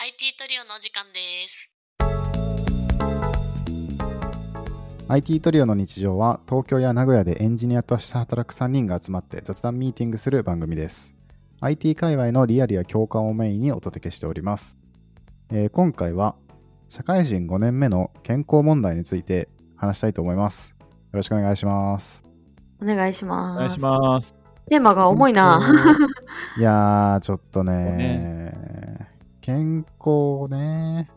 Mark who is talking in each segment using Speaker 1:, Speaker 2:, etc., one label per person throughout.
Speaker 1: IT トリオのお時間です。
Speaker 2: IT トリオの日常は東京や名古屋でエンジニアとして働く3人が集まって雑談ミーティングする番組です。IT 界隈のリアルや共感をメインにお届けしております。えー今回は社会人5年目の健康問題について話したいと思います。よろしくお願いします。
Speaker 3: お願いします。
Speaker 4: お願いします。
Speaker 3: テーマが重いな。
Speaker 2: いやー、ちょっとね健康ね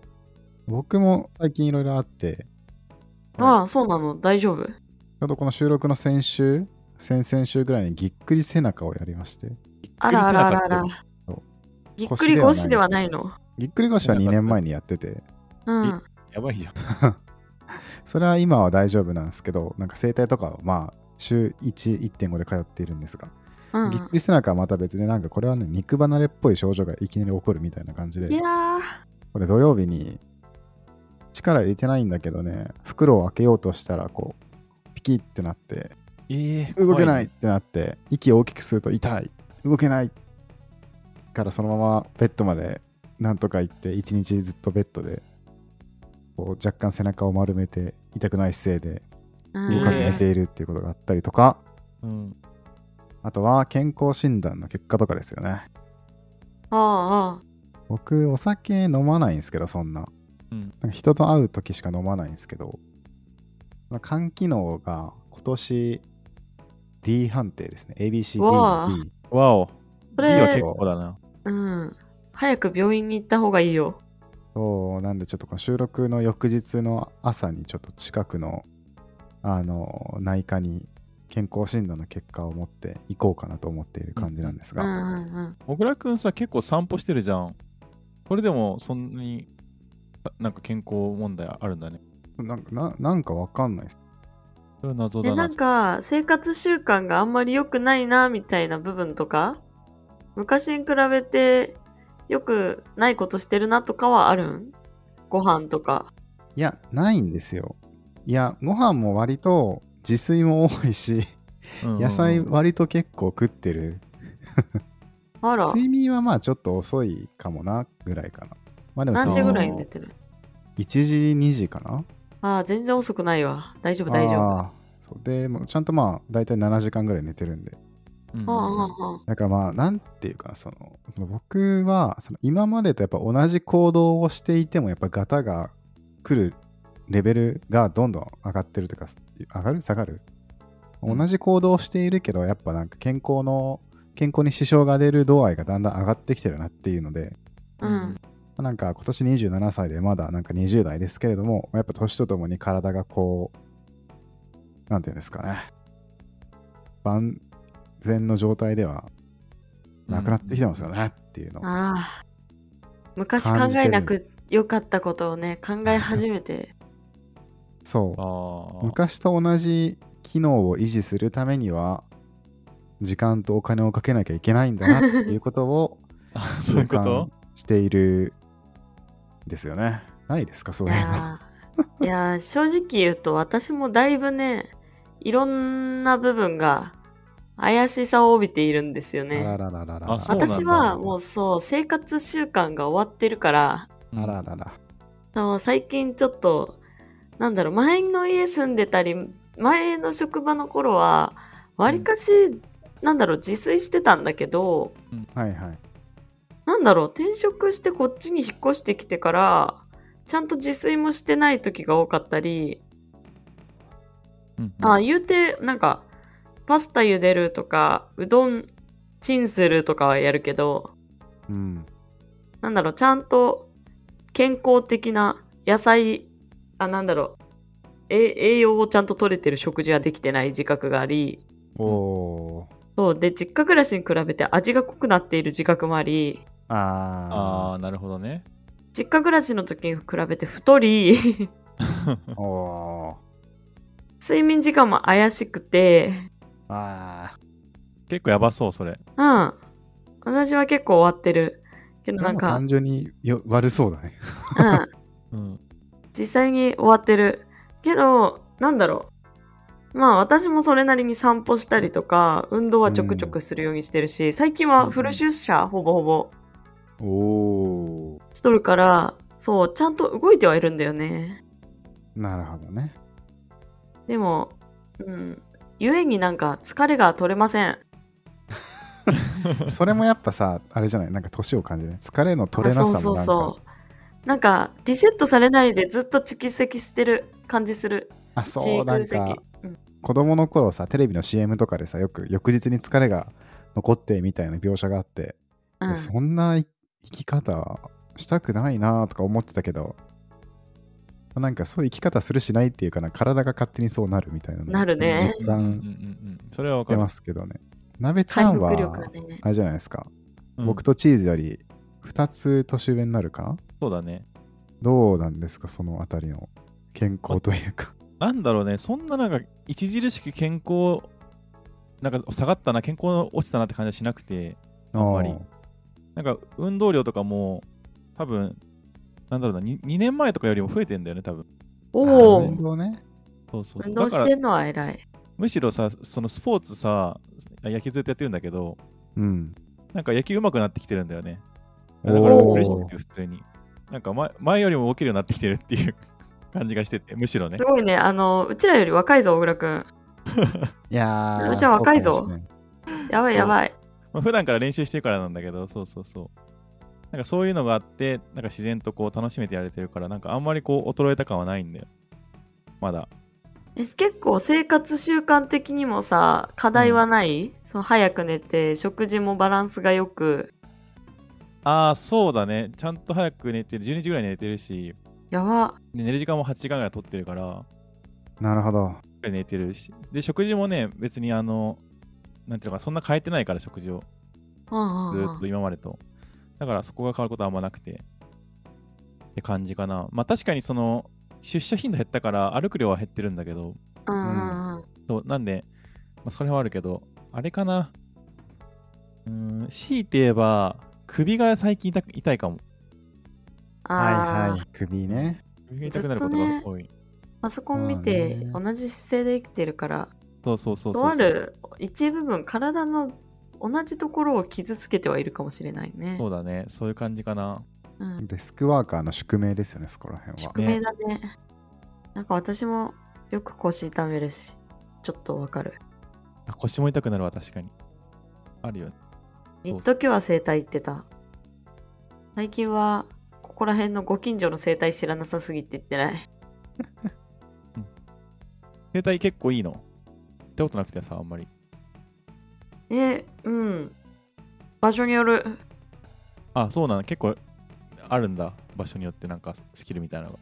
Speaker 2: 僕も最近いろいろあって、
Speaker 3: ああ、そうなの。大丈夫。
Speaker 2: ちょうどこの収録の先週、先々週ぐらいにぎっくり背中をやりまして、
Speaker 3: あらあらあらあら。ぎっくり腰ではないの。
Speaker 2: ぎっくり腰は2年前にやってて、
Speaker 3: うん。
Speaker 4: やばいじゃん。
Speaker 2: それは今は大丈夫なんですけど、なんか整体とかはまあ、週1、1.5で通っているんですが、
Speaker 3: う
Speaker 2: ぎっく
Speaker 3: ん。
Speaker 2: り背中はまた別で、なんかこれはね、肉離れっぽい症状がいきなり起こるみたいな感じ
Speaker 3: い
Speaker 2: で、
Speaker 3: や
Speaker 2: これ土曜日に力入れてないんだけどね、袋を開けようとしたら、こう、ピキってなって、
Speaker 4: え
Speaker 2: 動けないっ。てなって息を大きくすると痛い動けないからそのままベッドまでなんとか行って一日ずっとベッドでこう若干背中を丸めて痛くない姿勢で
Speaker 3: ー。う
Speaker 2: 動かず寝
Speaker 3: ん。
Speaker 2: ているっていうことがあったりとか、
Speaker 4: うん。
Speaker 2: あとは健康診断の結果とかですよね
Speaker 3: ああ、あ
Speaker 2: 僕お酒飲まないんですけどそんな,、
Speaker 4: うん
Speaker 2: なんか人と会う時しか飲まないんですけどまあ肝機能が今年 D 判定ですね ABCD
Speaker 3: わあ
Speaker 2: の D
Speaker 4: わお。
Speaker 3: そ
Speaker 4: D は結
Speaker 3: れ、
Speaker 4: 構だな。
Speaker 3: うん。早く病院に行った方がいいよ。
Speaker 2: そうなんでちょっとこの収録の翌日の朝にちょっと近くのあの内科に健康診断の結果を持って行こうかなと思っている感じなんです
Speaker 3: う
Speaker 2: が、
Speaker 3: んうんうん。
Speaker 4: 小倉くんさ、結構散歩してるじゃん。これでも、そんなに、なんか健康問題あるんだね。
Speaker 2: なんかななんかわかんないです
Speaker 4: それは謎
Speaker 3: で、
Speaker 4: だ
Speaker 3: な
Speaker 4: な。
Speaker 3: んか、生活習慣があんまり良くないな、みたいな部分とか、昔に比べて、良くないことしてるなとかはあるんご飯とか。
Speaker 2: いやないんですよいやご飯も割と自炊も多いし
Speaker 4: うん
Speaker 2: 野菜割と結構食ってる
Speaker 3: あら、
Speaker 2: 睡眠はまあちょっと遅いかもなぐらいかなまあでも
Speaker 3: 何時ぐらいに
Speaker 2: そ
Speaker 3: 寝
Speaker 2: の
Speaker 3: てる
Speaker 2: 1時2時かな
Speaker 3: ああ、全然遅くないわ。大丈夫、大丈夫。
Speaker 2: あーそうでもうちゃんとまあ大体7時間ぐらい寝てるんで
Speaker 4: うん
Speaker 3: ああ、あ
Speaker 4: うん
Speaker 3: あ、ああ。
Speaker 2: だからまあなんていうかなその僕はその今までとやっぱ同じ行動をしていてもやっぱガタが来るレベルがどんどん上がってるというか上がる下がる、
Speaker 4: うん
Speaker 2: 同じ行動をしているけどやっぱなんか健康の健康に支障が出る度合いがだんだん上がってきてるなっていうので
Speaker 3: うん。
Speaker 2: なんか今年27歳でまだなんか20代ですけれどもやっぱ年とともに体がこうなんていうんですかね万全の状態ではなくなってきてますよ。ねっていうのを
Speaker 3: ああ。昔考
Speaker 2: 感じて
Speaker 3: え
Speaker 2: るん
Speaker 3: な
Speaker 2: です
Speaker 3: く良かったことをね、考え始 めて。
Speaker 2: そ
Speaker 4: ああ
Speaker 2: う。昔と同じ機能を維持するためには時間とお金をかけなきゃいけないんだなっていうことを
Speaker 4: あ そういうこと
Speaker 2: 痛感しているんですよねないですかそ
Speaker 3: いう
Speaker 2: いうの
Speaker 3: やー、いやー正直言うと私もだいぶね、いろんな部分が怪しさを帯びているんですよ
Speaker 2: あら
Speaker 3: ね。
Speaker 2: らららら
Speaker 4: あそうなんだ
Speaker 3: 私はもうそう、生活習慣が終わってるから、
Speaker 2: あららら
Speaker 3: そう最近ちょっとなんだろう前の家住んでたり前の職場の頃はわりかし、なんだろう自炊してたんだけど
Speaker 2: はいはい
Speaker 3: なんだろう転職してこっちに引っ越してきてからちゃんと自炊もしてない時が多かったり、
Speaker 4: うん
Speaker 3: あ言うてなんかパスタ茹でるとかうどんチンするとかはやるけど
Speaker 2: うん
Speaker 3: なんだろう、ちゃんと健康的な野菜、あ、なんだろう、え栄養をちゃんと取れてる食事はできてない自覚があり、
Speaker 2: おお
Speaker 3: そう、で、実家暮らしに比べて味が濃くなっている自覚もあり、
Speaker 2: ーあ
Speaker 4: あー、なるほどね。
Speaker 3: 実家暮らしの時に比べて太り、
Speaker 2: ーおー
Speaker 3: 睡眠時間も怪しくて、
Speaker 2: あ
Speaker 4: 結構やばそう、それ。
Speaker 3: うん、私は結構終わってる。けど
Speaker 2: ー
Speaker 3: なんか、う
Speaker 2: 単
Speaker 3: ん、
Speaker 2: 純によ悪そうだね
Speaker 4: うん。
Speaker 3: 実際に終わってる。けど、なんだろう。まあ私もそれなりに散歩したりとか、運動はちょくちょくするようにしてるし、最近はフル出社、ほぼほぼ。
Speaker 2: おお
Speaker 3: しとるから、そう、ちゃんと動いてはいるんだよね。
Speaker 2: なるほどね。
Speaker 3: でも、うん。ゆえになんか疲れが取れません。
Speaker 2: それもやっぱさ、あれじゃない、なんか年を感じるね。疲れの取れな
Speaker 3: あ
Speaker 2: さ
Speaker 3: そ
Speaker 2: も
Speaker 3: うそ
Speaker 2: な
Speaker 3: うんそ
Speaker 2: か。
Speaker 3: う。なんか、リセットされないでずっと蓄積してる感じする。
Speaker 2: あ、そう、なん
Speaker 3: 蓄積
Speaker 2: か、子供の頃さ、テレビの CM とかでさ、よく翌日に疲れが残ってみたいな描写があって、
Speaker 3: う
Speaker 2: い
Speaker 3: ん
Speaker 2: や。そんな生き方したくないなとか思ってたけど、なんかそういう生き方するしないっていうかな、体が勝手にそうなるみたいなの
Speaker 3: なるね
Speaker 2: 実
Speaker 4: うん
Speaker 2: 感
Speaker 4: うんうんうんそれはわ
Speaker 2: 出
Speaker 4: かり
Speaker 2: ま
Speaker 4: ます。
Speaker 2: すけどね。鍋ちゃ
Speaker 3: 回
Speaker 2: んは
Speaker 3: 復、力がね。
Speaker 2: あれじゃないですか、
Speaker 4: うん
Speaker 2: 僕とチーズより2つ年上になるかな
Speaker 4: そうだね。
Speaker 2: どうなんですか、そのあたりの健康というか。
Speaker 4: なんだろうね、そんななんか著しく健康、なんか下がったな、健康落ちたなって感じはしなくて、
Speaker 2: あ
Speaker 4: んまり
Speaker 2: ー
Speaker 4: なんか運動量とかも、多分なんだろうな2、2年前とかよりも増えてんだよね、多分
Speaker 3: お
Speaker 2: 運
Speaker 3: お、
Speaker 2: 動ね。
Speaker 4: そうそうそう
Speaker 3: 運動
Speaker 4: だか
Speaker 3: し
Speaker 4: ら
Speaker 3: てんのは偉い。
Speaker 4: むしろさ、そのスポーツさ、野球ずっとやってるんだけど、
Speaker 2: うん。
Speaker 4: なんか野球上手くなってきてるんだよね。だから
Speaker 2: お
Speaker 4: 嬉しいよ
Speaker 2: ー、
Speaker 4: 普通に。なんか前前よりも動けるようになってきてるっていう 感じがしてて、むしろね
Speaker 3: す。ごいね、あの、うちらより若いぞ、小倉くん。
Speaker 2: いやー
Speaker 3: 鍋ちゃん若いぞ
Speaker 2: そうかもしれない
Speaker 3: やばいやばい。
Speaker 4: まあ、普段から練習してるからなんだけど、そうそうそう。なんかそういうのがあって、なんか自然とこう楽しめてやれてるから、なんかあんまりこう衰えた感はないんだよ。まだ。
Speaker 3: え結構生活習慣的にもさ、課題はない、その早く寝て、食事もバランスがよく。
Speaker 4: ああ、そうだね。ちゃんと早く寝てる。12時ぐらいに寝てるし、
Speaker 3: やば。
Speaker 4: で寝る時間も8時間ぐらい取ってるから、
Speaker 2: なるほど。
Speaker 4: 寝てるし。で、食事もね、別にあの、なんていうのか、そんな変えてないから、食事を。
Speaker 3: うんう
Speaker 4: ず
Speaker 3: ん
Speaker 4: ーっ
Speaker 3: う
Speaker 4: と
Speaker 3: ん、
Speaker 4: 今までと。だからそこが変わることはあんまなくて。って感じかな。まあ確かにその出社頻度減ったから歩く量は減ってるんだけど、
Speaker 3: うんうんうん。
Speaker 4: そうなんで、まあ、それはあるけど、あれかな。うーん、強いて言えば、首が最近痛く痛いかも。
Speaker 2: はいは
Speaker 3: あ
Speaker 2: い。首ね。
Speaker 4: 首が痛くなることが多い。
Speaker 3: あ、パソコン見て
Speaker 2: まあ
Speaker 3: 同じ姿勢で生きてるから、
Speaker 4: そうそうそうそう
Speaker 3: と
Speaker 4: そう。
Speaker 3: ある一部分、体の同じところを傷つけてはいるかもしれないね。
Speaker 4: そうだね。そういう感じかな。
Speaker 3: うん、
Speaker 2: デスクワーカーの宿命ですよね、そこら辺は
Speaker 3: 宿。命だね。なんか私もよく腰痛めるし、ちょっとわかる。
Speaker 4: あ腰も痛くなるわ、確かに。あるよね。そう
Speaker 3: 一時は整体行ってた。最近は、ここら辺のご近所の整体知らなさすぎて行ってない。
Speaker 4: 整体結構いいの。行ったことなくてさ、あんまり。
Speaker 3: え、うん。場所による。
Speaker 4: あ、そうなの。結構あるんだ。場所によってなんかスキルみたいなのが。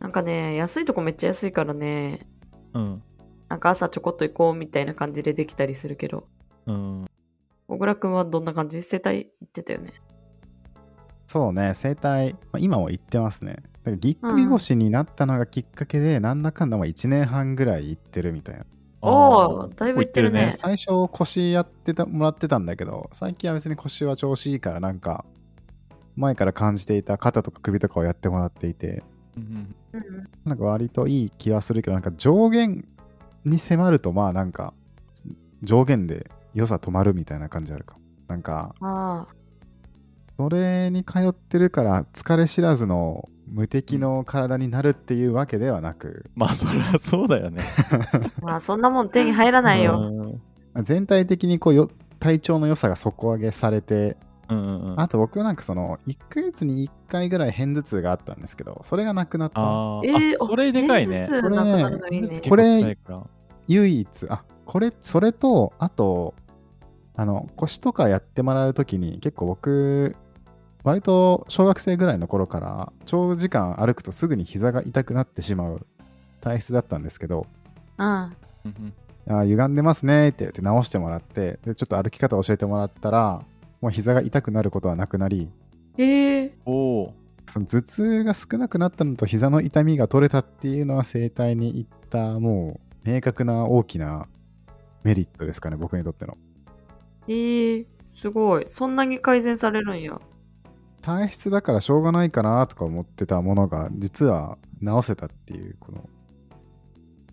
Speaker 3: なんかね、安いとこめっちゃ安いからね、
Speaker 4: うん。
Speaker 3: なんか朝ちょこっと行こうみたいな感じでできたりするけど、
Speaker 4: うん。
Speaker 3: 小倉くんはどんな感じ整体行ってたよね。
Speaker 2: そうね、整体、まあ今も行ってますね。だからぎっくり腰になったのがきっかけで、なんだかんだまあ1年半ぐらい行ってるみたいな。
Speaker 3: お
Speaker 4: あ
Speaker 3: ー
Speaker 4: ー
Speaker 3: だいぶ行ってるね
Speaker 4: 結
Speaker 2: 最
Speaker 4: 構
Speaker 2: 初腰やってたもらってたんだけど、最近は別に腰は調子いいから、なんか、前から感じていた肩とか首とかをやってもらっていて、
Speaker 4: 行ってるねうん
Speaker 3: うん。
Speaker 2: なんか割といい気はするけど、なんか上限に迫ると、まあなんか、上限で良さ止まるみたいな感じあるかも。なんか、
Speaker 3: あ
Speaker 2: それに通ってるから疲れ知らずの無敵の体になるっていうわけではなく、
Speaker 4: まあそりゃそうだよね。
Speaker 3: あ、まあそんなもん手に入らないよ。
Speaker 4: うん
Speaker 2: 全体的にこうよ体調の良さが底上げされて、
Speaker 4: うんうんうん。
Speaker 2: あと僕はなんかその1ヶ月に1回ぐらい片頭痛があったんですけど、それがなくなった。
Speaker 4: あ
Speaker 3: え
Speaker 4: ー
Speaker 3: ー
Speaker 4: あ、それでかいね。
Speaker 3: 片頭痛なくなるのいいね
Speaker 2: それね
Speaker 4: 結構辛いから
Speaker 2: 唯一、あ、これ、それと、あと、あの、腰とかやってもらうときに結構僕、割と小学生ぐらいの頃から長時間歩くとすぐに膝が痛くなってしまう体質だったんですけど、
Speaker 3: うん。
Speaker 4: うんうん
Speaker 2: あー歪んでますねって言って直してもらってでちょっと歩き方教えてもらったらもう膝が痛くなることはなくなり
Speaker 3: ええ
Speaker 4: おお。
Speaker 2: その頭痛が少なくなったのと膝の痛みが取れたっていうのは整体に行ったもう明確な大きなメリットですかね僕にとっての
Speaker 3: ええすごい。そんなに改善されるんや。
Speaker 2: 体質だからしょうがないかなとか思ってたものが実は直せたっていうこの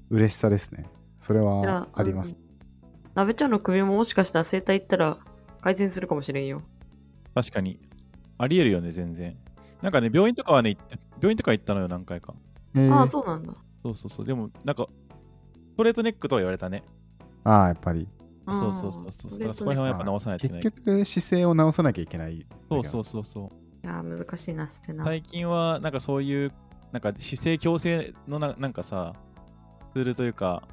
Speaker 2: 嬉しさですねそれ
Speaker 3: じゃ
Speaker 2: は
Speaker 3: あ
Speaker 2: あります、
Speaker 3: うんなべちゃんの首ももしかしたら整体行ったら改善するかもしれんよ。
Speaker 4: 確かに。ありえるよね、全然。なんかね、病院とかはね、行って病院とか行ったのよ、何回か。
Speaker 2: えー
Speaker 3: ああ、そうなんだ。
Speaker 4: そうそうそう。でも、なんか、ストレートネックとは言われたね。
Speaker 2: ああやっぱり
Speaker 4: そうそうそうそう。だからそこら辺
Speaker 3: は。
Speaker 4: はやっぱ直さないといけ
Speaker 2: 結
Speaker 4: ない。
Speaker 2: 局姿勢を直さなきゃいけない
Speaker 4: そうそうそうそう。
Speaker 3: いやー、難しいな、してな。
Speaker 4: 最近はなんかそういうなんか姿勢矯正のななんかさツールというか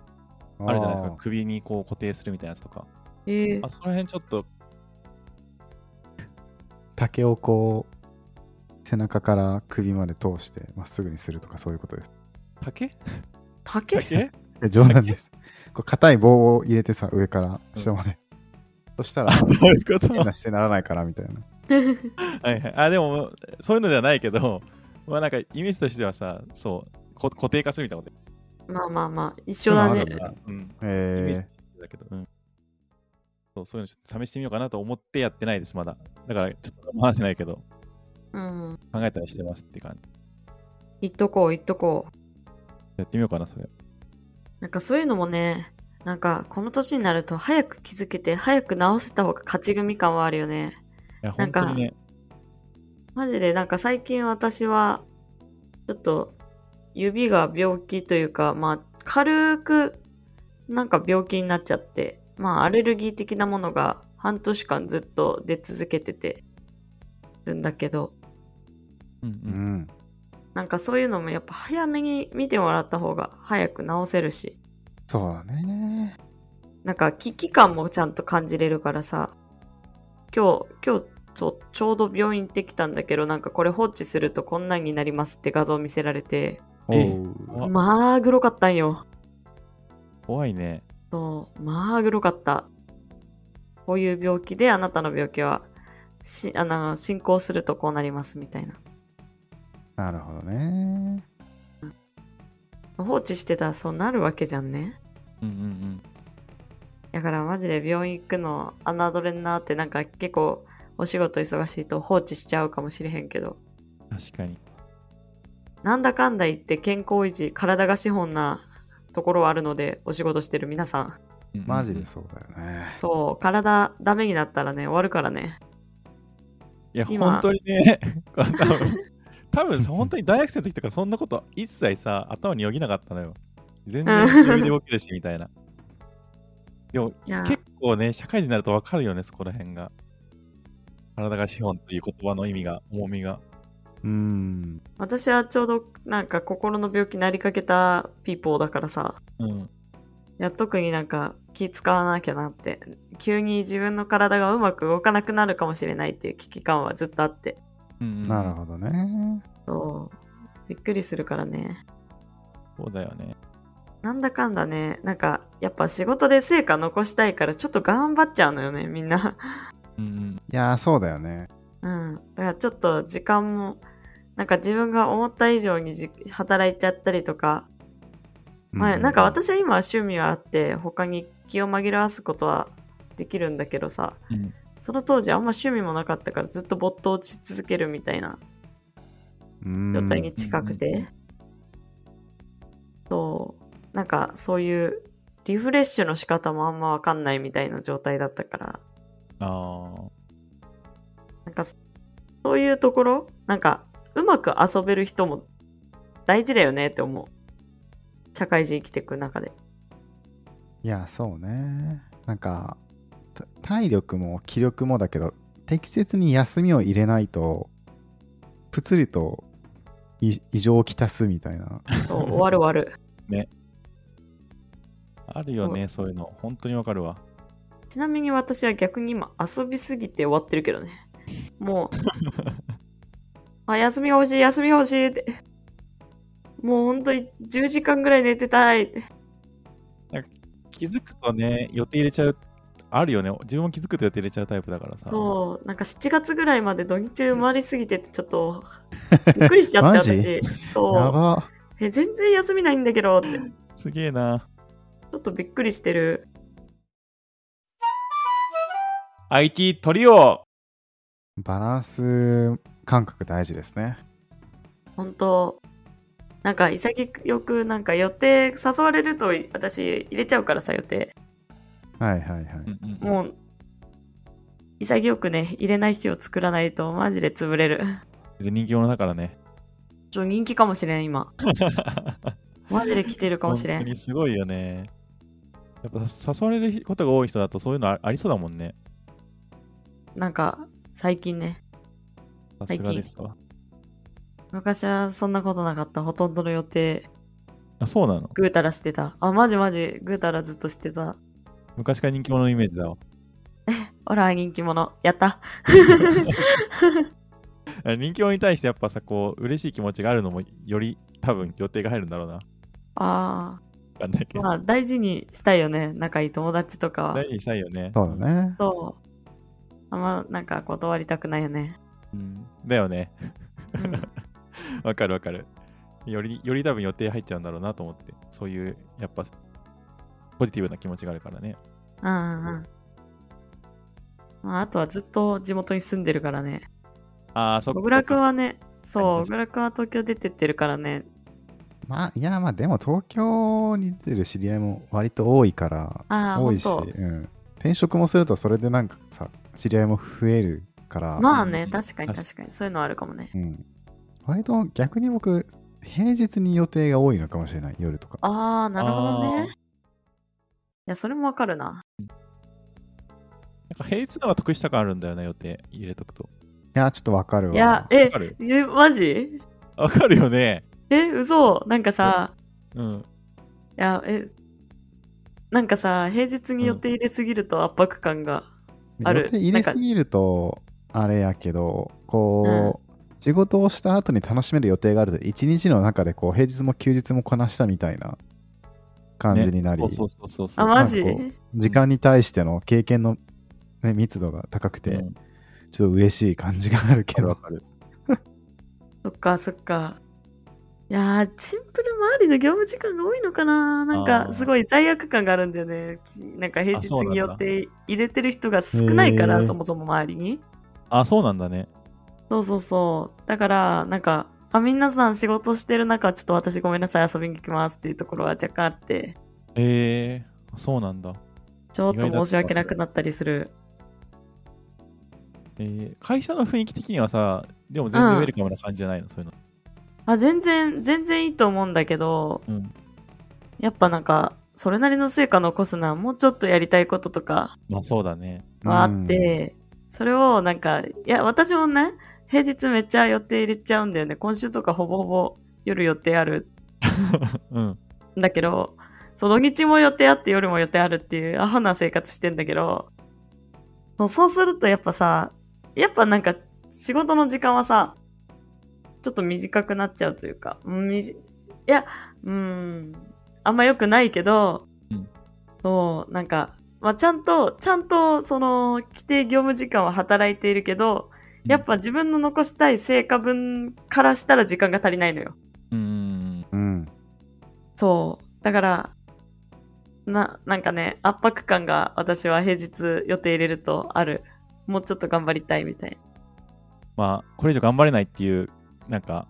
Speaker 4: あるじゃないですか首にこう固定するみたいなやつとか
Speaker 3: えー
Speaker 4: あ、そこら辺ちょっと
Speaker 2: 竹をこう背中から首まで通してまっすぐにするとかそういうことです
Speaker 4: 竹
Speaker 3: 竹
Speaker 4: 竹
Speaker 2: え冗談ですこう硬い棒を入れてさ上から下まで、そした ら
Speaker 4: あそういうこと
Speaker 2: 変な姿勢にならないからみたいな
Speaker 4: はいはいあでもそういうのではないけどまあなんかイメージとしてはさそうこ固定化するみたいなこ
Speaker 3: まあまあまあ、一緒だ
Speaker 2: そう
Speaker 4: と
Speaker 3: ね。
Speaker 2: な
Speaker 4: だ、うん、イメー
Speaker 2: え
Speaker 4: ジ
Speaker 2: ー
Speaker 4: だけど、うんそうそういうのちょっと試してみようかなと思ってやってないですまだだからちょっと話せないけど
Speaker 3: うん。
Speaker 4: 考えたりしてますって感じ
Speaker 3: 言っとこう、言っとこう。
Speaker 4: やってみようかなそれ
Speaker 3: なんかそういうのもね、なんかこの年になると早く気づけて、早く直せた方が勝ち組感はあるよね。
Speaker 4: い
Speaker 3: な
Speaker 4: や
Speaker 3: ん
Speaker 4: 本
Speaker 3: か
Speaker 4: 当にね
Speaker 3: マジでなんか最近私は、ちょっと指が病気というか、まあ軽くなんか病気になっちゃって、まあアレルギー的なものが半年間ずっと出続けててるんだけど、
Speaker 4: うん
Speaker 2: う
Speaker 4: うん
Speaker 2: ん
Speaker 3: なんかそういうのもやっぱ早めに見てもらった方が早く治せるし、
Speaker 2: そうだね
Speaker 3: なんか危機感もちゃんと感じれるからさ、今日、今日ちょちょうど病院行ってきたんだけど、なんかこれ放置するとこんなんになりますって画像見せられて、
Speaker 2: お
Speaker 4: え
Speaker 2: う
Speaker 4: あ
Speaker 3: まあ、グロかったんよ。
Speaker 4: 怖いね
Speaker 3: そう、まあ、グロかった。こういう病気で、あなたの病気は、しあの進行するとこうなりますみたいな。
Speaker 2: なるほどね
Speaker 3: 放置してたらそうなるわけじゃんね。
Speaker 4: うんうんうん
Speaker 3: だからマジで病院行くの侮れんなって、なんか結構お仕事忙しいと放置しちゃうかもしれへんけど、
Speaker 4: 確かに。
Speaker 3: なんだかんだ言って健康維持、体が資本なところはあるので、お仕事してる皆さん。
Speaker 2: マジで。そうだよね
Speaker 3: そう、体ダメになったらね、終わるからね。
Speaker 4: いや、
Speaker 3: 今
Speaker 4: 本当にね、 多分多分さ本当に大学生の時とか、そんなこと一切さ、頭によぎなかったのよ。全然
Speaker 3: うん
Speaker 4: 余裕で動けるし、みたいな。でも、
Speaker 3: いや
Speaker 4: 結構ね、社会人になると分かるよね、そこら辺が。体が資本という言葉の意味が、重みが。
Speaker 2: うん
Speaker 3: 私はちょうどなんか心の病気になりかけたピーポーだからさ
Speaker 4: うん。
Speaker 3: いや特になんか気使わなきゃなって急に自分の体がうまく動かなくなるかもしれないっていう危機感はずっとあって
Speaker 4: うん、
Speaker 2: なるほどね
Speaker 3: そうびっくりするからね
Speaker 4: ど。そうだよね。
Speaker 3: なんだかんだねなんかやっぱ仕事で成果残したいからちょっと頑張っちゃうのよねみんな
Speaker 4: うんうん。
Speaker 2: いやーそうだよね
Speaker 3: うんだからちょっと時間もなんか自分が思った以上にじ働いちゃったりとかまあ、なんか私は今趣味はあって他に気を紛らわすことはできるんだけどさ
Speaker 4: うん
Speaker 3: その当時あんま趣味もなかったからずっと没頭し続けるみたいな状態に近く
Speaker 4: うんうんうんう
Speaker 3: て
Speaker 4: ん
Speaker 3: そうなんかそういうリフレッシュの仕方もあんまわかんないみたいな状態だったから
Speaker 4: ああ。
Speaker 3: なんかそういうところなんかうまく遊べる人も大事だよねって思う社会人生きていく中で
Speaker 2: いやそうねなんかた体力も気力もだけど適切に休みを入れないとぷつりとい異常をきたすみたいな
Speaker 3: そう終わる終わる
Speaker 4: あるよね、そういうの。本当に分かるわ。
Speaker 3: ちなみに私は逆に今遊びすぎて終わってるけどね。もう、 あ休みが欲しい、休みが欲しいって。もうほんとに10時間ぐらい寝てたいって。
Speaker 4: 気づくとね、予定入れちゃう、あるよね。自分も気づくと予定入れちゃうタイプだからさ。
Speaker 3: そう、なんか7月ぐらいまで土日埋まりすぎててちょっと、びっくりしちゃっ
Speaker 2: マ
Speaker 3: て
Speaker 2: ジ
Speaker 3: 私。
Speaker 2: や
Speaker 3: そう。
Speaker 2: ば
Speaker 3: え、全然休みないんだけどって。ち
Speaker 4: すげえな。
Speaker 3: ょっとびっくりしてる。
Speaker 4: IT トリオ
Speaker 2: バランス感覚大事ですね
Speaker 3: 本当なんか潔くなんか予定誘われると私入れちゃうからさ予定。
Speaker 2: はいはいはい、
Speaker 3: もう、潔くね、入れない日を作らないと、マジで潰れる。
Speaker 4: 別に人気者だからね。
Speaker 3: ちょ人気かもしれん、今。マジで来てるかもしれ
Speaker 4: 本当
Speaker 3: ん。
Speaker 4: にすごいよね。やっぱ誘われることが多い人だとそういうのあありそうだもんね。
Speaker 3: なんか、最近ね。
Speaker 4: さすがですわ。
Speaker 3: 昔はそんなことなかった。ほとんどの予定、
Speaker 4: あ、そうなの
Speaker 3: ぐうたらしてた。あ、マジマジ、ぐうたらずっとしてた。
Speaker 4: 昔から人気者のイメージだわ。
Speaker 3: ほら、人気者。やった。
Speaker 4: あ人気者に対してやっぱさ、こう、嬉しい気持ちがあるのもより多分予定が入るんだろうな。わ
Speaker 3: あ
Speaker 4: かんないけ
Speaker 3: あ。
Speaker 4: ど。
Speaker 3: まあ、大事にしたいよね。仲いい友達とかは
Speaker 4: 大。事にしたいよね。
Speaker 2: そうだね。
Speaker 3: そう。あんま、なんか断りたくないよね。
Speaker 4: うんだよね。
Speaker 3: うん。
Speaker 4: わかるわかる。より、より多分予定入っちゃうんだろうなと思って。そういう、やっぱ、ポジティブな気持ちがあるからね。
Speaker 3: うんうんうん。まあ、あとはずっと地元に住んでるからね。
Speaker 4: ああ、そっか
Speaker 3: 小倉君
Speaker 4: そっか
Speaker 3: はね、そう、
Speaker 4: はい
Speaker 3: 小倉君は東京出てってるからね。
Speaker 2: まあ、いや、まあでも東京に出てる知り合いも割と多いから、
Speaker 3: ああ、
Speaker 2: 多
Speaker 3: ほ
Speaker 2: い
Speaker 3: ん
Speaker 2: し、
Speaker 3: と。
Speaker 2: うん、転職もするとそれでなんかさ知り合いも増えるから、
Speaker 3: まあ
Speaker 4: う
Speaker 3: ね、
Speaker 4: ん
Speaker 3: 確かに
Speaker 4: 確かに
Speaker 3: 確かに。そういうのはあるかもね。
Speaker 2: うん、割と逆に僕平日に予定が多いのかもしれない夜とか
Speaker 3: ああ、なるほど
Speaker 4: あー
Speaker 3: ね。いや、それもわかるな。
Speaker 4: なんか平日の方が得した感あるんだよね、予定入れとくと。
Speaker 2: いやちょっとわかるわ
Speaker 3: いや、え
Speaker 4: わか、る
Speaker 3: え、マジ
Speaker 4: わかるよね。
Speaker 3: え、嘘なんかさ、
Speaker 4: うん。
Speaker 3: いや、え、なんかさ、平日に予定入れすぎると圧迫感が。ある
Speaker 2: 予定入れすぎるとあれやけどこう、仕事をした後に楽しめる予定があると一日の中でこう平日も休日もこなしたみたいな感じになり、
Speaker 4: ねそうそうそうそうそう。
Speaker 3: あ、マジ
Speaker 2: なんか時間に対しての経験の、ね、密度が高くて、
Speaker 4: うん
Speaker 2: ちょっと嬉しい感じがあるけど
Speaker 4: わかる。
Speaker 3: そっかそっか。いやー、シンプル周りの業務時間が多いのかななん
Speaker 4: あ
Speaker 3: か
Speaker 4: ー
Speaker 3: すごい罪悪感があるんだよね。きなんか平
Speaker 4: あ
Speaker 3: 日
Speaker 4: そうなんだ
Speaker 3: によって入れてる人が少ないか
Speaker 2: へ
Speaker 3: ら、
Speaker 2: ー
Speaker 3: そもそも周りに。
Speaker 4: あ、そうなんだね。
Speaker 3: そうそうそう。だから、なんか、あ、みんなさん仕事してる中、ちょっと私ごめんなさい、遊びに行きますっていうところは若干あって、
Speaker 4: えー、あそうなんだ。
Speaker 3: ちょっと
Speaker 4: 意外だった
Speaker 3: 申し訳なくなったりする。
Speaker 4: えー、会社の雰囲気的にはさ、でも全然ウェルカムな感じじゃないの、そういうの。
Speaker 3: あ、全然、全然いいと思うんだけど、
Speaker 4: うん
Speaker 3: やっぱなんか、それなりの成果残すな、もうちょっとやりたいこととか、
Speaker 4: まあそうだね。
Speaker 3: はあって、それをなんか、いや、私もね、平日めっちゃ予定入れちゃうんだよね。今週とかほぼほぼ夜予定ある
Speaker 4: うん。
Speaker 3: んだけど、その土日も予定あって夜も予定あるっていうアホな生活してんだけど、そうそうするとやっぱさ、やっぱなんか仕事の時間はさ、ちょっと短くなっちゃうというか、うんみじいや、うん、あんま良くないけど、
Speaker 4: うん
Speaker 3: そう、なんか、まあ、ちゃんと、ちゃんと、その、規定業務時間は働いているけど、やっぱ自分の残したい成果分からしたら時間が足りないのよ。
Speaker 4: うんうん。
Speaker 2: うん
Speaker 3: そう。だから、な、なんかね、圧迫感が私は平日予定入れるとある。もうちょっと頑張りたいみたい。
Speaker 4: まあ、これ以上頑張れないっていう、なんか、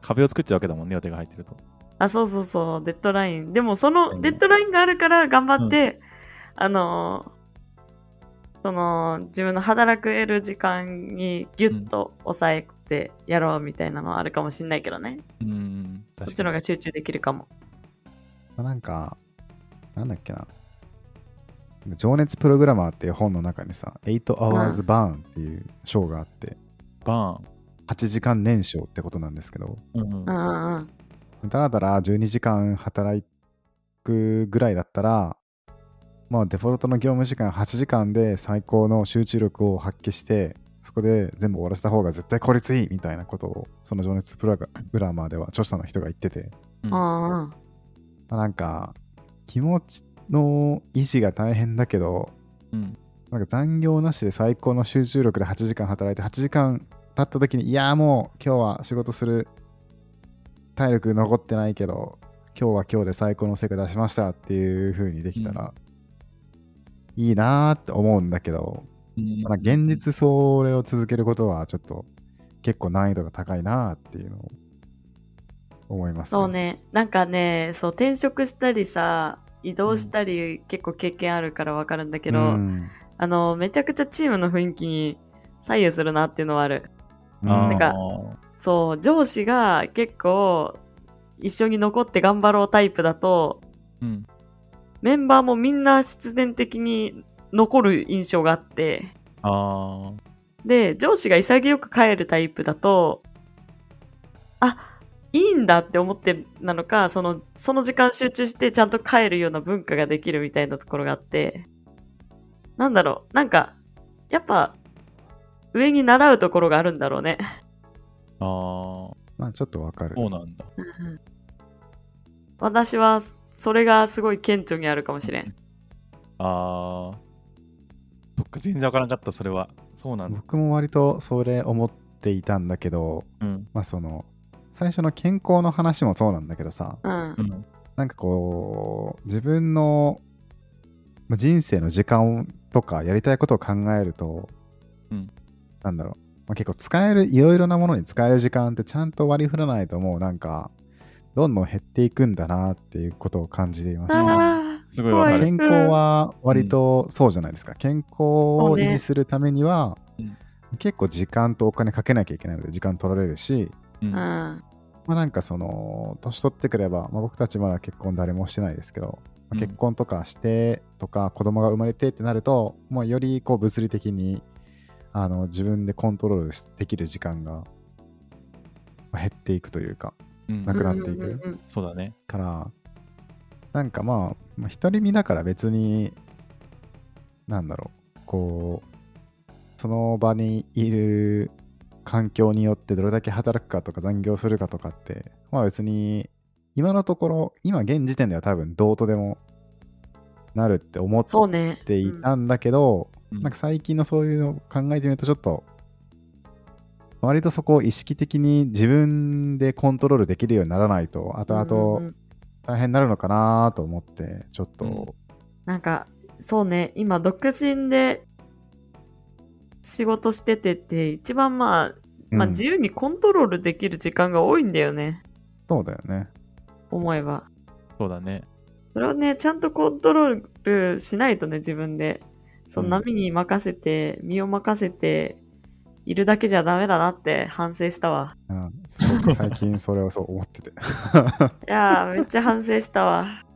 Speaker 4: 壁を作っちゃうわけだもんね、予定が入ってると。
Speaker 3: あ、そうそうそう、デッドライン。でも、そ
Speaker 4: うん
Speaker 3: のデッドラインがあるから頑張って、あのーその、自分の働く得る時間にギュッと抑えてやろうみたいなのはあるかもしんないけどね。
Speaker 4: うん。
Speaker 3: そっ
Speaker 4: 確
Speaker 3: ち
Speaker 4: か
Speaker 3: の
Speaker 4: に
Speaker 3: 方が集中できるかも。
Speaker 2: まあなんかなんだっけな情熱プログラマーっていう本の中にさ8 hours burn っていう章があって
Speaker 4: バ
Speaker 2: 8時間燃焼ってことなんですけど
Speaker 4: ーン。うんう
Speaker 3: うん
Speaker 4: ん
Speaker 3: うんうん。
Speaker 2: だらだら12時間働くぐらいだったらまあデフォルトの業務時間8時間で最高の集中力を発揮してそこで全部終わらせた方が絶対効率いいみたいなことをその情熱プログラマーでは著者の人が言ってて
Speaker 4: う
Speaker 3: うんうん。
Speaker 4: ん
Speaker 2: まあなんか気持ちの維持が大変だけど
Speaker 4: うん
Speaker 2: なんか残業なしで最高の集中力で8時間働いて8時間経った時にいやーもう今日は仕事する体力残ってないけど今日は今日で最高の成果出しましたっていう風にできたら、いいなーって思うんだけど、
Speaker 4: うん
Speaker 2: まあ現実それを続けることはちょっと結構難易度が高いなーっていうのを思います、
Speaker 3: そうね。なんかね、そう、転職したりさ、移動したり、結構経験あるからわかるんだけど、
Speaker 2: うん
Speaker 3: あの、めちゃくちゃチームの雰囲気に左右するなっていうのはある。なんか
Speaker 4: あー
Speaker 3: そう、上司が結構一緒に残って頑張ろうタイプだと、
Speaker 4: うん、
Speaker 3: メンバーもみんな必然的に残る印象があって、
Speaker 4: あ
Speaker 3: で、上司が潔く帰るタイプだと、あ、いいんだって思ってなのか、その、その時間集中してちゃんと帰るような文化ができるみたいなところがあって、なんだろう、なんか、やっぱ、上に習うところがあるんだろうね。
Speaker 4: ーあ
Speaker 2: まあちょっとわかる
Speaker 4: ー、。そうなんだ。
Speaker 3: 私は、それがすごい顕著にあるかもしれん。
Speaker 4: ああ、そっか、全然わからなかった、それは。そうなんだ。
Speaker 2: 僕も割とそれ思っていたんだけど、
Speaker 4: うん。
Speaker 2: まあその、最初の健康の話もそうなんだけどさ、
Speaker 3: うん
Speaker 4: う。ん、
Speaker 2: なんかこう、自分のまあ人生の時間とかやりたいことを考えると、
Speaker 4: うん
Speaker 2: なんだろう、まあ、結構使える、いろいろなものに使える時間ってちゃんと割り振らないともうなんか、どんどん減っていくんだなっていうことを感じていました。
Speaker 3: あ
Speaker 4: すごいわか
Speaker 3: はい
Speaker 4: る。
Speaker 2: 健康は割とそうじゃないですか、健康を維持するためには、
Speaker 4: そうね
Speaker 2: 結構時間とお金かけなきゃいけないので時間取られるし、
Speaker 4: うん
Speaker 3: あ、うん。
Speaker 2: まあ、なんかその年取ってくれば、まあ、僕たちまだ結婚誰もしてないですけど、まあ
Speaker 4: うん
Speaker 2: 結婚とかしてとか子供が生まれてってなると、もうよりこう物理的にあの自分でコントロールできる時間がまあ減っていくというか
Speaker 4: うん
Speaker 2: なくなっていく
Speaker 3: うんうん
Speaker 4: そうだね。
Speaker 2: からなんかまあ、まあ、独り身だから別になんだろうこうその場にいる環境によってどれだけ働くかとか残業するかとかってまあ別に今のところ今現時点では多分どうとでもなるって思っ
Speaker 3: そうね。
Speaker 2: てい
Speaker 3: うん
Speaker 2: たんだけど、
Speaker 4: うん
Speaker 2: なんか最近のそういうのを考えてみるとちょっと割とそこを意識的に自分でコントロールできるようにならないと後々、
Speaker 3: うんうん
Speaker 2: 大変になるのかなと思ってちょっと、
Speaker 4: うん
Speaker 3: なんか、そうね、今、独身で仕事しててって、一番まあ、まあ、
Speaker 2: うん
Speaker 3: 自由にコントロールできる時間が多いんだよね、
Speaker 2: そうだよね
Speaker 3: 思えば。
Speaker 4: そうだね。
Speaker 3: それをね、ちゃんとコントロールしないとね、自分で。その
Speaker 4: うん
Speaker 3: 波に任せて、身を任せて、いるだけじゃダメだなって反省したわ。
Speaker 2: うんそう最近それをそう思ってて
Speaker 3: いやー、めっちゃ反省し たわ。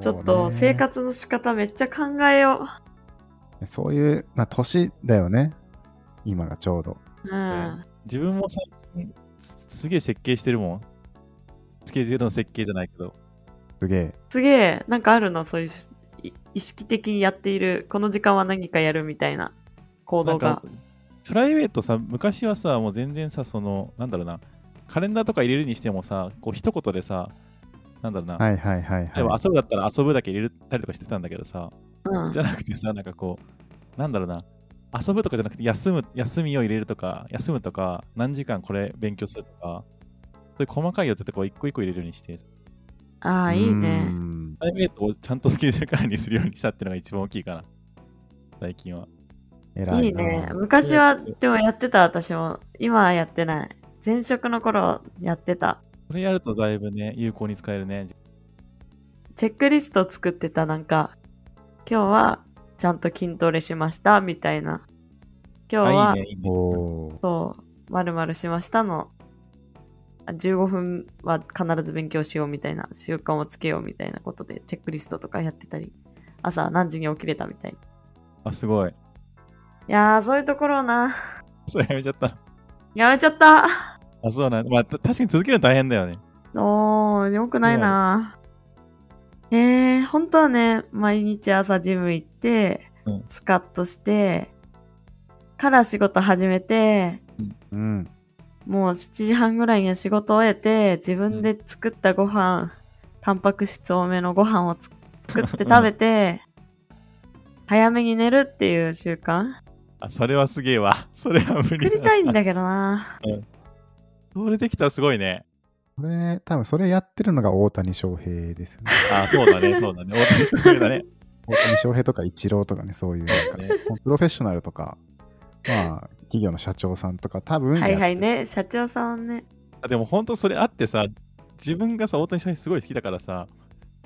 Speaker 3: ちょっと生活の仕方めっちゃ考えよ
Speaker 2: そう,、そういう、まあ、年だよね今がちょうど
Speaker 3: う。うん。
Speaker 4: 自分も最近、すげえ設計してるもん。スケジュールの設計じゃないけど。
Speaker 2: すげえ
Speaker 3: すげえ、なんかあるのそういうしい意識的にやっている、この時間は何かやるみたいな行
Speaker 4: な
Speaker 3: 動
Speaker 4: んか
Speaker 3: が。、
Speaker 4: プライベートさ、昔はさ、もう全然さ、その、なんだろうな、カレンダーとか入れるにしてもさ、こう、一言でさ、なんだろうな、
Speaker 2: はいはいはい
Speaker 4: 例えば
Speaker 2: はい
Speaker 4: 遊ぶだったら遊ぶだけ入れたりとかしてたんだけどさ、
Speaker 3: うん
Speaker 4: じゃなくてさ、なんかこう、なんだろうな、遊ぶとかじゃなくて、休む、休みを入れるとか、休むとか、何時間これ勉強するとか、そういう細かい予定とかを一個一個入れるようにして、
Speaker 3: ああ、いいうね。
Speaker 2: ん
Speaker 4: プライベートをちゃんとスケジュール管理するようにしたっていうのが一番大きいかな、最近は。
Speaker 2: 偉い
Speaker 3: いいね
Speaker 2: な。
Speaker 3: 昔は、でもやってた、私も。今はやってない。前職の頃やってた。
Speaker 4: それやるとだいぶね、有効に使えるね。
Speaker 3: チェックリスト作ってた、なんか、今日はちゃんと筋トレしました、みたいな。今日は、
Speaker 4: あ、いいね、いいね。
Speaker 2: おー
Speaker 3: そう、まるまるしましたの。あ15分は必ず勉強しようみたいな、習慣をつけようみたいなことで、チェックリストとかやってたり、朝何時に起きれたみたいな。
Speaker 4: あ、すごい。
Speaker 3: いやー、そういうところをな、
Speaker 4: それやめちゃった。
Speaker 3: やめちゃった
Speaker 4: あ、そうなんだ。まあ、た確かに続けるの大変だよね。
Speaker 3: おー、よくないな。えー、本当はね、毎日朝ジム行って
Speaker 4: うん、
Speaker 3: スカッとして、から仕事始めて、
Speaker 2: うん
Speaker 3: もう7時半ぐらいには仕事を終えて、自分で作ったご飯、タンパク質多めのご飯をつ作って食べて、早めに寝るっていう習慣
Speaker 4: あ、それはすげえわ。それは無理
Speaker 3: 作りたいん
Speaker 4: だ。
Speaker 3: だけどな。
Speaker 4: それできたらすごいね。
Speaker 2: これ多分それやってるのが大谷翔平です よね
Speaker 4: あ、そうだね、そうだね。大谷すごいだね。
Speaker 2: 大谷翔平とかイチローとかねそういうなんか
Speaker 4: ね
Speaker 2: プロフェッショナルとかまあ企業の社長さんとか多分やっ
Speaker 3: は
Speaker 2: て
Speaker 3: い
Speaker 2: る
Speaker 3: はいね、社長さんね。
Speaker 4: あでも本当それあってさ自分がさ大谷翔平すごい好きだからさ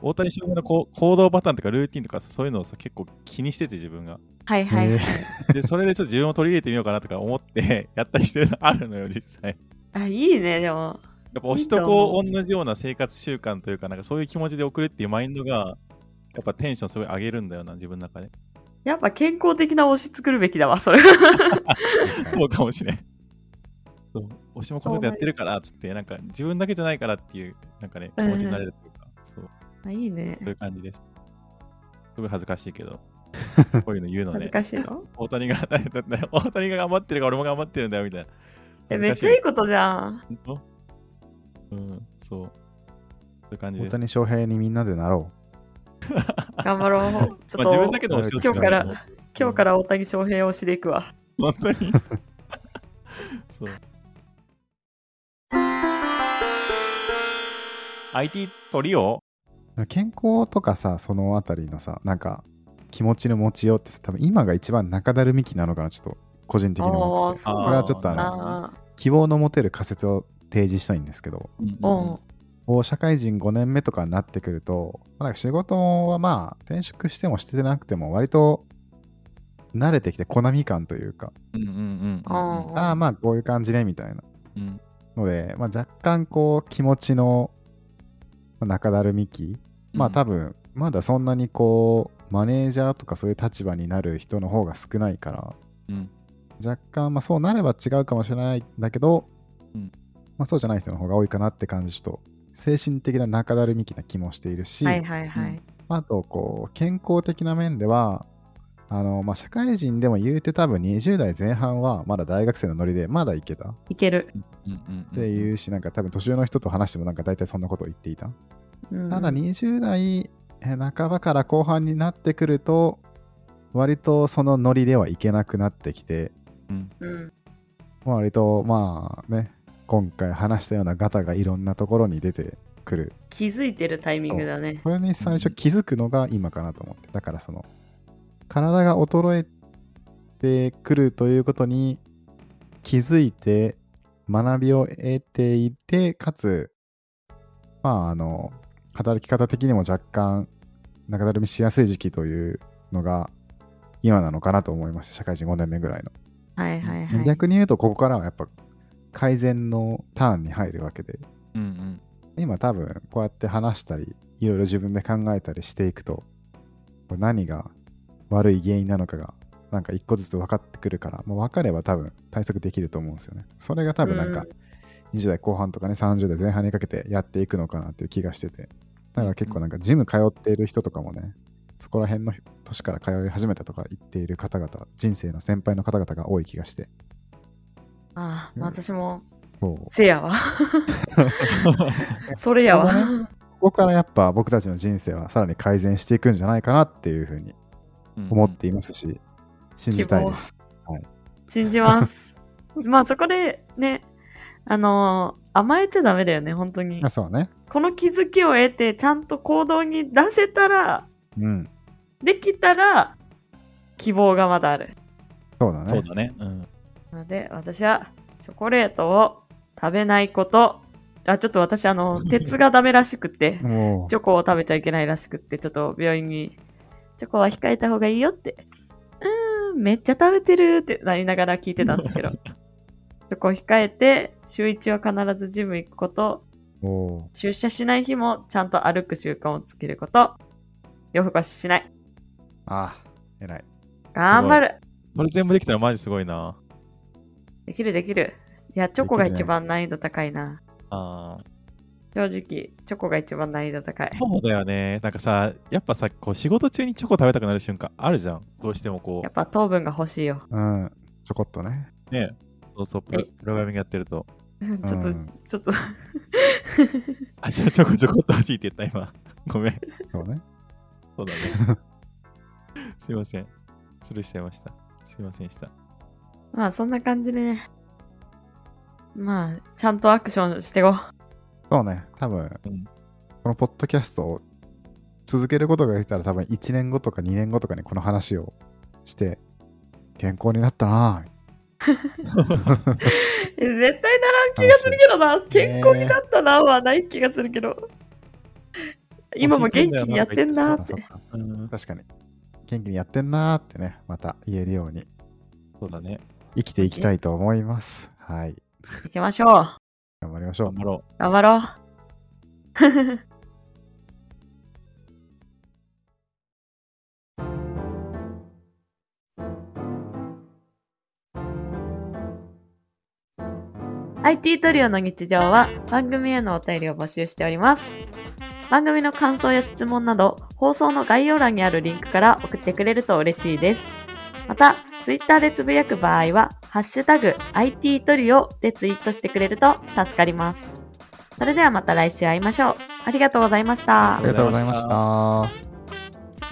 Speaker 4: 大谷翔平のこう行動パターンとかルーティンとかさそういうのをさ結構気にしてて自分が。
Speaker 3: はいはい
Speaker 2: え
Speaker 3: は
Speaker 2: ー
Speaker 3: い。
Speaker 4: で、それでちょっと自分を取り入れてみようかなとか思って やったりしてるのあるのよ、実際。
Speaker 3: あ、いいね、でも。
Speaker 4: やっぱ推しとこう同じような生活習慣というか、なんかそういう気持ちで送るっていうマインドが、やっぱテンションすごい上げるんだよな、自分の中で。
Speaker 3: やっぱ健康的な推し作るべきだわ、それは。
Speaker 4: そうかもしれん。そう推しもこのことやってるからっつって、なんか自分だけじゃないからっていう、なんかね、気持ちになれるというか、そう、
Speaker 3: あいいね
Speaker 4: そうい。う感じです。すごい恥ずかしい けど、こういうの言うの
Speaker 3: 恥
Speaker 4: ね
Speaker 3: ず、かしいの
Speaker 4: 大谷が、 だって大谷が頑張ってるから俺も頑張ってるんだよみたいな。
Speaker 3: え、
Speaker 4: 恥ず
Speaker 3: めっ
Speaker 4: かし
Speaker 3: ちゃいいことじゃん。
Speaker 4: 本当うん、そう。そういう感じで
Speaker 2: 大
Speaker 4: す。
Speaker 2: 谷翔平にみんなでなろ
Speaker 3: 頑張ろう。ちょ
Speaker 4: まあ、自分
Speaker 3: っ
Speaker 4: だ
Speaker 3: と、
Speaker 4: けの推しを
Speaker 2: 今
Speaker 3: 日から
Speaker 4: 作る
Speaker 3: 今日から大谷翔平推しでいくわ。
Speaker 4: 本当に そう IT トリオ
Speaker 2: う健康とかさそのあたりのさなんか気持ちの持ちようってさ多分今が一番中だるみ期なのかなちょっと個人的に思ってて
Speaker 3: あーそう
Speaker 2: これはちょっとあ
Speaker 4: ー
Speaker 2: の
Speaker 3: ああ、
Speaker 2: 希望の持てる仮説を提示したいんですけど
Speaker 3: おう
Speaker 2: こう社会人5年目とかになってくると、まあなんか仕事はまあ転職してもしてなくても割と慣れてきて好み感というか、
Speaker 4: うんうんうん
Speaker 3: あー
Speaker 2: ああまあこういう感じねみたいな
Speaker 4: うん
Speaker 2: ので、まあ、若干こう気持ちのまあ中だるみ期、まあ多分まだそんなにこうマネージャーとかそういう立場になる人の方が少ないから
Speaker 4: うん
Speaker 2: 若干まあそうなれば違うかもしれないんだけど、
Speaker 4: うん
Speaker 2: まあ、そうじゃない人の方が多いかなって感じちょっと精神的な中だるみ期な気もしているし、
Speaker 3: はいはいはい。
Speaker 2: あとこう健康的な面ではあの、まあ、社会人でも言うて多分20代前半はまだ大学生のノリでまだいけたっ
Speaker 3: いける。
Speaker 4: うんうん
Speaker 2: ていうし、なんか多分年上の人と話してもなんか大体そんなことを言っていた、
Speaker 3: うん
Speaker 2: ただ20代え半ばから後半になってくると割とそのノリではいけなくなってきて
Speaker 3: うん。
Speaker 2: まあ割とまあね今回話したようなガタがいろんなところに出てくる
Speaker 3: 気づいてるタイミングだね。
Speaker 2: これに最初気づくのが今かなと思って、だからその体が衰えてくるということに気づいて学びを得ていてかつまああの働き方的にも若干中だるみしやすい時期というのが今なのかなと思いました社会人5年目ぐらいの、
Speaker 3: はいはいはい。
Speaker 2: 逆に言うとここからはやっぱ改善のターンに入るわけで
Speaker 4: うんうん
Speaker 2: 今多分こうやって話したりいろいろ自分で考えたりしていくとこう何が悪い原因なのかがなんか一個ずつ分かってくるからもう分かれば多分対策できると思うんですよねそれが多分なんか20代後半とかね30代前半にかけてやっていくのかなっていう気がしててだから結構なんかジム通っている人とかもねそこら辺の年から通い始めたとか言っている方々人生の先輩の方々が多い気がして
Speaker 3: ああ、私も、
Speaker 2: そう
Speaker 3: せ やわ。それやわ。
Speaker 2: ここからやっぱ僕たちの人生はさらに改善していくんじゃないかなっていうふうに
Speaker 4: うん
Speaker 2: 思っていますし、信じたいです。
Speaker 3: 信じます。まあそこでね、あのー甘えちゃダメだよね、本当に
Speaker 2: あ。そうね。
Speaker 3: この気づきを得て、ちゃんと行動に出せたら、
Speaker 2: うん。
Speaker 3: できたら、希望がまだある。
Speaker 2: そうだ
Speaker 4: そう
Speaker 2: ね。
Speaker 4: だねうん
Speaker 3: なので、私は、チョコレートを食べないこと。あ、ちょっと私、あの、鉄がダメらしくて、
Speaker 2: も
Speaker 3: チョコを食べちゃいけないらしくって、ちょっと病院に、チョコは控えた方がいいよって、うーん、めっちゃ食べてるってなりながら聞いてたんですけど、チ ョコを控えて、週1は必ずジム行くこと、
Speaker 2: う、も
Speaker 3: 出社しない日もちゃんと歩く習慣をつけること、夜更かししない。
Speaker 2: う、ああ、偉い。
Speaker 3: 頑張る
Speaker 4: それ全部できたらマジすごいな
Speaker 3: できるできる。いや、チョコが一番難易度高いな。
Speaker 4: あー
Speaker 3: 正直、チョコが一番難易度高い。
Speaker 4: そうだよねなんかさやっぱさこう仕事中にチョコ食べたくなる瞬間あるじゃんどうしてもこ
Speaker 3: やっぱ糖分が欲しいよ。
Speaker 2: うん。ちょこっとね。
Speaker 4: うねそうそうプロ
Speaker 3: え
Speaker 4: プログラミングやってると
Speaker 3: ちょっと、
Speaker 2: うん
Speaker 3: ちょっと、
Speaker 4: 足をちょこちょこっと欲しいって言った今 ごめん
Speaker 2: そうね。
Speaker 4: そう だね。すいません。スルーしちゃいました。すいませんでした。
Speaker 3: まあそんな感じでね。まあ、ちゃんとアクションしてこ
Speaker 2: そうね。多分、
Speaker 4: うん
Speaker 2: このポッドキャストを続けることができたら多分1年後とか2年後とかにこの話をして、健康になったなぁ。
Speaker 3: う。 絶対ならん気がするけどな。健康になったなはない気がするけど。今も元気にやってんなーっ
Speaker 2: そ
Speaker 3: て
Speaker 2: っ。かそっか
Speaker 4: うん、
Speaker 2: 確かに。元気にやってんなーってね、また言えるように
Speaker 4: そうだね。
Speaker 2: 生きていきたいと思います。はい。
Speaker 3: 行きましょう。
Speaker 2: 頑張りましょ
Speaker 4: 頑
Speaker 2: う。
Speaker 4: 張ろ
Speaker 3: 頑張ろう。IT トリオの日常は番組へのお便りを募集しております。番組の感想や質問など放送の概要欄にあるリンクから送ってくれると嬉しいです。また、ツイッターでつぶやく場合は、ハッシュタグ IT トリオでツイートしてくれると助かります。それではまた来週会いましょう。ありがとうございました
Speaker 2: あり。がとうございました。